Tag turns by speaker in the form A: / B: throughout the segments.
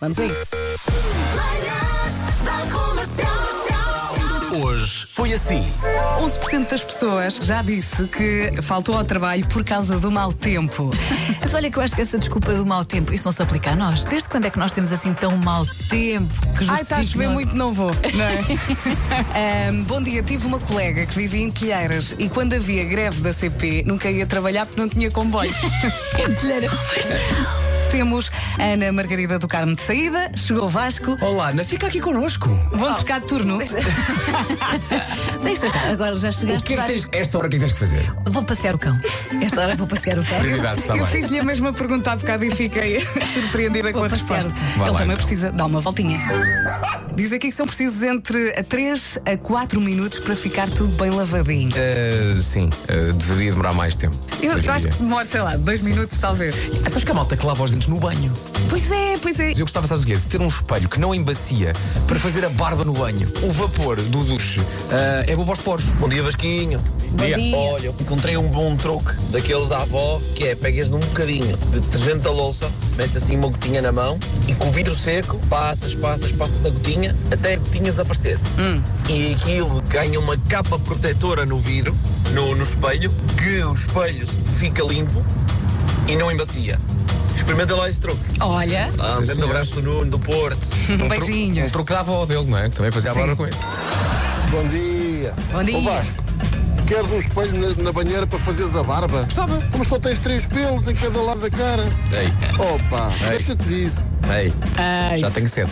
A: Vamos aí.
B: Manhãs da Comercial.
C: Hoje foi assim.
D: 11% das pessoas já disse que faltou ao trabalho por causa do mau tempo.
E: Mas olha que eu acho que essa desculpa do mau tempo, isso não se aplica a nós. Desde quando é que nós temos assim tão mau tempo que justifica?
D: Ai, está a chover muito, não vou. Não é? Ahm, bom dia, tive uma colega que vivia em Telheiras e quando havia greve da CP nunca ia trabalhar porque não tinha comboio.
A: É
D: Temos a Ana Margarida do Carmo de saída, chegou o Vasco,
C: Olá, Ana, fica aqui connosco.
A: Oh.
D: vão trocar de turno.
E: Deixa estar, agora já
C: O
E: chegaste.
C: que é que
E: vais-
C: tens? Esta hora o que é que tens que fazer?
E: Vou passear o cão. Esta hora vou passear o cão.
C: Prioridades, está
D: Eu
C: Tá bem.
D: fiz-lhe a mesma pergunta há bocado e fiquei surpreendida com a
E: Vou passear.
D: resposta.
C: Vá
D: Ele
C: lá,
D: também
C: então.
D: precisa dar uma voltinha. Diz aqui que são precisos entre 3 a 4 minutos para ficar tudo bem lavadinho.
C: Ah, sim, ah, deveria demorar mais tempo.
D: Eu, eu
C: Deveria.
D: acho que demora, sei lá, 2 minutos talvez.
C: Ah, Sabes que a malta que lava os dentes no banho?
D: Pois é, pois é.
C: Eu gostava, sabes o quê? De ter um espelho que não embacia para fazer a barba no banho. O vapor do duche ah, é bom para os poros.
D: Um
F: Bom dia, Vasquinho. Olha, eu encontrei um bom truque daqueles da avó, que é pegas num bocadinho de detergente da louça, metes assim uma gotinha na mão e com o vidro seco passas, passas, passas a gotinha até a gotinha desaparecer. E aquilo ganha uma capa protetora no vidro, no, no espelho, que o espelho fica limpo e não embacia. Experimenta lá esse truque.
D: Olha,
F: Ah, um
C: Sim,
F: grande
C: senhor.
F: abraço do Nuno, do Porto.
C: Um truque,
D: beijinhos.
C: um truque da avó dele, não é? Que também fazia a barba com ele.
G: Bom dia.
D: Bom dia.
G: Ô Vasco, queres um espelho na, na banheira para fazeres a barba? Gostava. Mas só tens três pelos em cada lado da cara.
C: Ei,
G: Opa,
C: Ei.
G: deixa-te disso.
C: ei. Já tenho sete.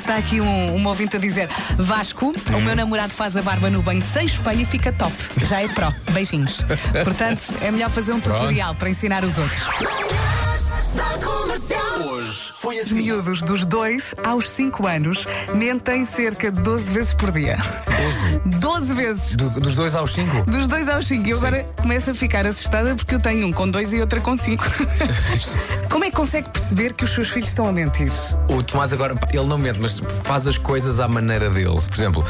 D: Está aqui um, um ouvinte a dizer: Vasco,
C: Hum.
D: o meu namorado faz a barba no banho sem espelho e fica top. Já é pró. Beijinhos. Portanto, é melhor fazer um tutorial para ensinar os outros.
B: Manhãs da Comercial.
D: Os miúdos dos 2 aos 5 anos mentem cerca de 12 vezes por dia. 12? 12 vezes!
C: Do- dos dois aos cinco?
D: Dos 2 aos 5. Eu agora começo a ficar assustada porque eu tenho um com 2 e outra com 5. Como é que consegue perceber que os seus filhos estão a mentir?
C: O Tomás agora, pá, ele não mente, mas faz as coisas à maneira dele. Por exemplo,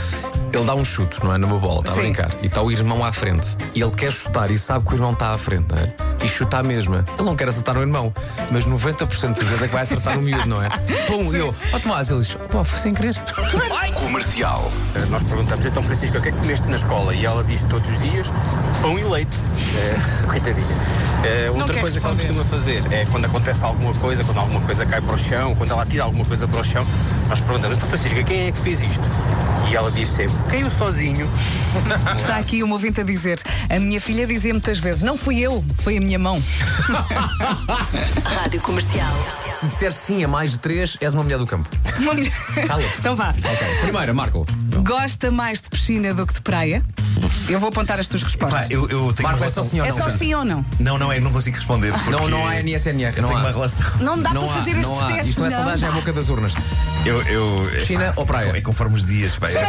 C: ele dá um chute, não é? Numa bola, está a
D: Sim.
C: brincar. E está o irmão à frente. E ele quer chutar e sabe que o irmão está à frente, não é? E chuta a mesma. Ele não quer acertar o irmão, mas 90% de certeza que vai acertar o miúdo, não é? Pum, e eu, ó Tomás, ele diz, pá, foi sem querer.
H: Comercial. Nós perguntamos, então Francisco, o que é que comeste na escola? E ela diz todos os dias, pão e leite. Eh, coitadinha. Eh, outra
D: quer
H: coisa que ela
D: responder.
H: costuma fazer é quando acontece alguma coisa, quando alguma coisa cai para o chão, quando ela tira alguma coisa para o chão, nós perguntamos, então Francisco, quem é que fez isto? E ela diz sempre, caiu sozinho.
D: Está aqui um ouvinte a dizer: A minha filha dizia muitas vezes: Não fui eu, foi a minha mão.
E: Rádio comercial.
C: Se disseres sim a mais de três, és uma mulher do campo. Cala-te.
D: então vá.
C: Ok, primeira, Marco.
D: Gosta mais de piscina do que de praia? Eu vou apontar as tuas respostas.
I: Pá, Ah, eu, eu tenho
C: Marco,
I: uma
C: é só
I: relação-
C: sim ou
D: é
C: não?
D: só sim ou não?
I: Não, não, é que não consigo responder.
C: Ah, Não,
I: porque
C: não há NSNR,
I: Eu
C: não
I: tenho
C: há.
I: uma relação.
D: Não dá
C: Não
D: para
C: há,
D: fazer
C: não
D: este
C: há.
D: teste.
C: Isto é
D: não.
C: saudagem à boca das urnas.
I: Eu, eu, é
C: Piscina
I: pá,
C: ou praia?
I: É conforme os dias, pá. Eu-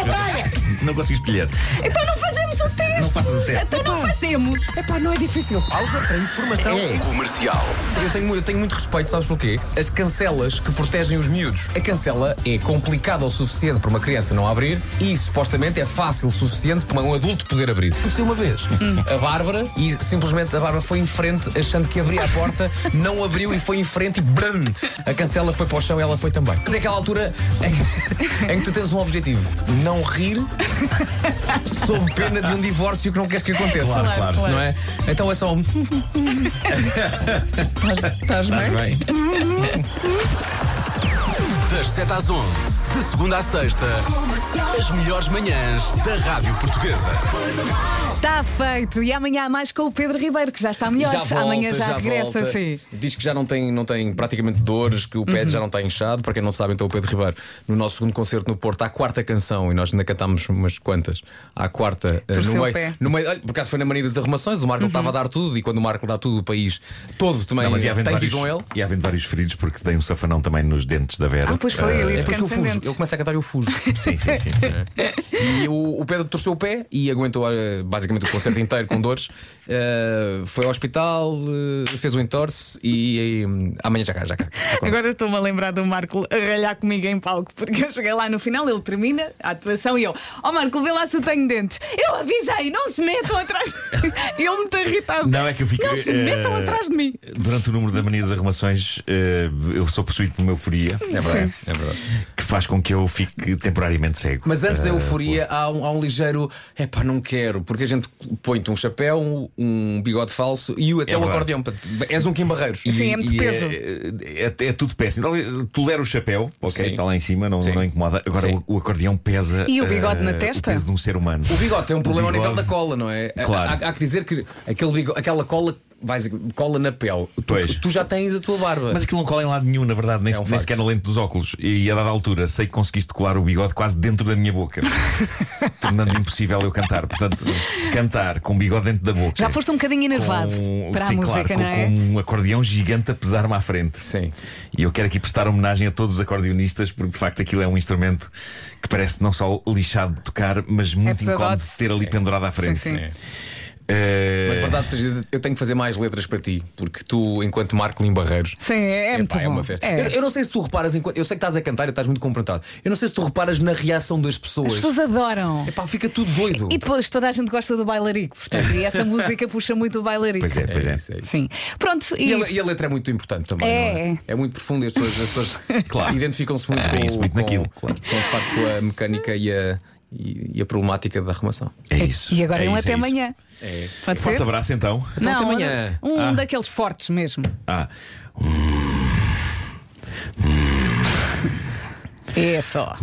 I: Não consigo escolher.
D: Então não fazemos o teste!
I: Não faças o teste.
D: Então não fazemos!
C: Epá, não é difícil.
I: Pausa para informação.
H: Comercial.
C: É. Eu tenho, mu- eu tenho muito respeito, sabes porquê? As cancelas que protegem os miúdos. A cancela é complicada o suficiente para uma criança não abrir e supostamente é fácil o suficiente para um adulto poder abrir. Aconteceu uma vez. A Bárbara, e simplesmente a Bárbara foi em frente, achando que abria a porta, não abriu e foi em frente e brum! A cancela foi para o chão e ela foi também. Mas é aquela altura em, em que tu tens um objetivo: não rir sob pena de um divórcio que não queres que aconteça.
I: Claro, Claro, claro. claro.
C: Não é? Então é só um. Estás bem?
I: Estás bem?
H: Das 7 às 11, de segunda à sexta, as melhores manhãs da Rádio Portuguesa.
D: Está feito! E amanhã há mais com o Pedro Ribeiro, que já está melhor.
C: já volta,
D: amanhã já, regressa,
C: volta.
D: sim. Uhum.
C: Diz que já não tem, não tem praticamente dores, que o pé já não está inchado. Para quem não sabe, então o Pedro Ribeiro, no nosso segundo concerto no Porto, à quarta canção, e nós ainda cantámos umas quantas, à quarta, eh,
D: Torceu
C: no
D: o
C: meio,
D: pé. Uhum.
C: no meio. Olha, por acaso foi na mania das arrumações, o Marco estava a dar tudo, e quando o Marco dá tudo, o país todo também
I: Não, mas ia havendo
C: tem que ir
I: vários,
C: com ele.
I: ia havendo vários feridos porque tem um safanão também nos dentes da Vera.
D: Ah, pois foi, ele
I: Eh,
D: ia
C: É porque
D: ficando
C: eu
D: sem
C: fujo. fujo. Ele começa a cantar e eu fujo.
I: Sim, sim, sim. sim.
C: E o, o Pedro torceu o pé e aguentou eh, basicamente o concerto inteiro com dores. Eh, foi ao hospital, eh, fez o entorce e, eh, amanhã já cá, já cá.
D: Agora estou-me a lembrar do Marco a ralhar comigo em palco, porque eu cheguei lá no final, ele termina a atuação e eu, ó Marco, vê lá se eu tenho dentes. Eu avisei, não se metam atrás. e ele me está irritado.
I: Não, é que eu fico.
D: Não se
I: eh,
D: metam atrás de mim.
I: Durante o número da mania das arrumações, eh, eu sou possuído por uma euforia. É verdade, é verdade. Que faz com que eu fique temporariamente cego.
C: Mas antes da
I: Eh,
C: euforia há um, há um ligeiro epá, não quero, porque a gente põe-te um chapéu, um, um bigode falso e o- até
I: É
C: o
I: verdade.
C: acordeão. pá, És um Kim Barreiros.
I: E-
D: Sim, é muito
I: e
D: peso.
I: É, é- é tudo péssimo. Então, Tolero o chapéu, ok,
C: Sim.
I: está lá em cima, não,
C: Sim.
I: não incomoda. Agora
C: Sim.
I: o, o acordeão pesa.
D: E o bigode
I: eh,
D: na
I: o
D: testa?
I: peso de um ser humano.
C: O bigode tem um problema ao nível
I: bigode-
C: da cola, não é?
I: Claro.
C: Há, há que dizer que aquele bigo- aquela cola vai, cola na pele. Tu,
I: Pois.
C: tu já tens a tua barba.
I: Mas aquilo não cola em lado nenhum, na verdade, nem,
C: É um
I: se- nem
C: facto.
I: sequer na lente dos óculos. E a dada altura, sei que conseguiste colar o bigode quase dentro da minha boca, tornando impossível eu cantar. Portanto, cantar com o bigode dentro da boca.
D: Já foste um bocadinho enervado
I: com, um-
D: para
I: sim,
D: a música,
I: claro,
D: não
I: com,
D: é?
I: com um acordeão gigante a pesar-me à frente.
C: Sim.
I: E eu quero aqui prestar homenagem a todos os acordeonistas, porque de facto aquilo é um instrumento que parece não só lixado de tocar, mas muito
D: pesadote.
I: incómodo de ter ali pendurado à frente.
D: É Sim, sim. É.
I: Eh,
C: Mas verdade seja, dita, eu tenho que fazer mais letras para ti, porque tu, enquanto Marco Lim Barreiros.
D: Sim, é, é
C: epá,
D: muito bom.
C: uma festa.
D: É.
C: Eu, eu não sei se tu reparas, enquanto, eu sei que estás a cantar e estás muito confrontado. Eu não sei se tu reparas na reação das
D: As
C: pessoas.
D: pessoas adoram.
C: Epá, fica tudo doido.
D: E depois toda a gente gosta do bailarico, portanto, e essa música puxa muito o bailarico.
I: Pois é, pois é.
C: isso, é isso.
D: Sim. Pronto,
C: E
D: e.
C: a, le- e a letra é muito importante também.
D: É.
C: não é? é muito profunda e as pessoas, as pessoas
I: Claro.
C: identificam-se muito,
I: Ah,
C: com,
I: isso, muito
C: com-
I: naquilo,
C: com,
I: claro.
C: com, de facto, com a mecânica e a, e, e a problemática da arrumação.
I: é isso.
D: E agora
I: é
D: um
I: isso,
D: até
I: é isso.
D: amanhã. Pode ser?
I: Forte abraço então.
C: Então, até
D: Não,
C: amanhã.
D: um daqueles fortes mesmo.
I: Ah,
D: É só.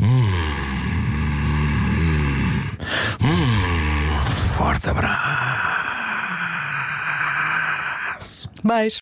I: forte abraço.
D: Beijo.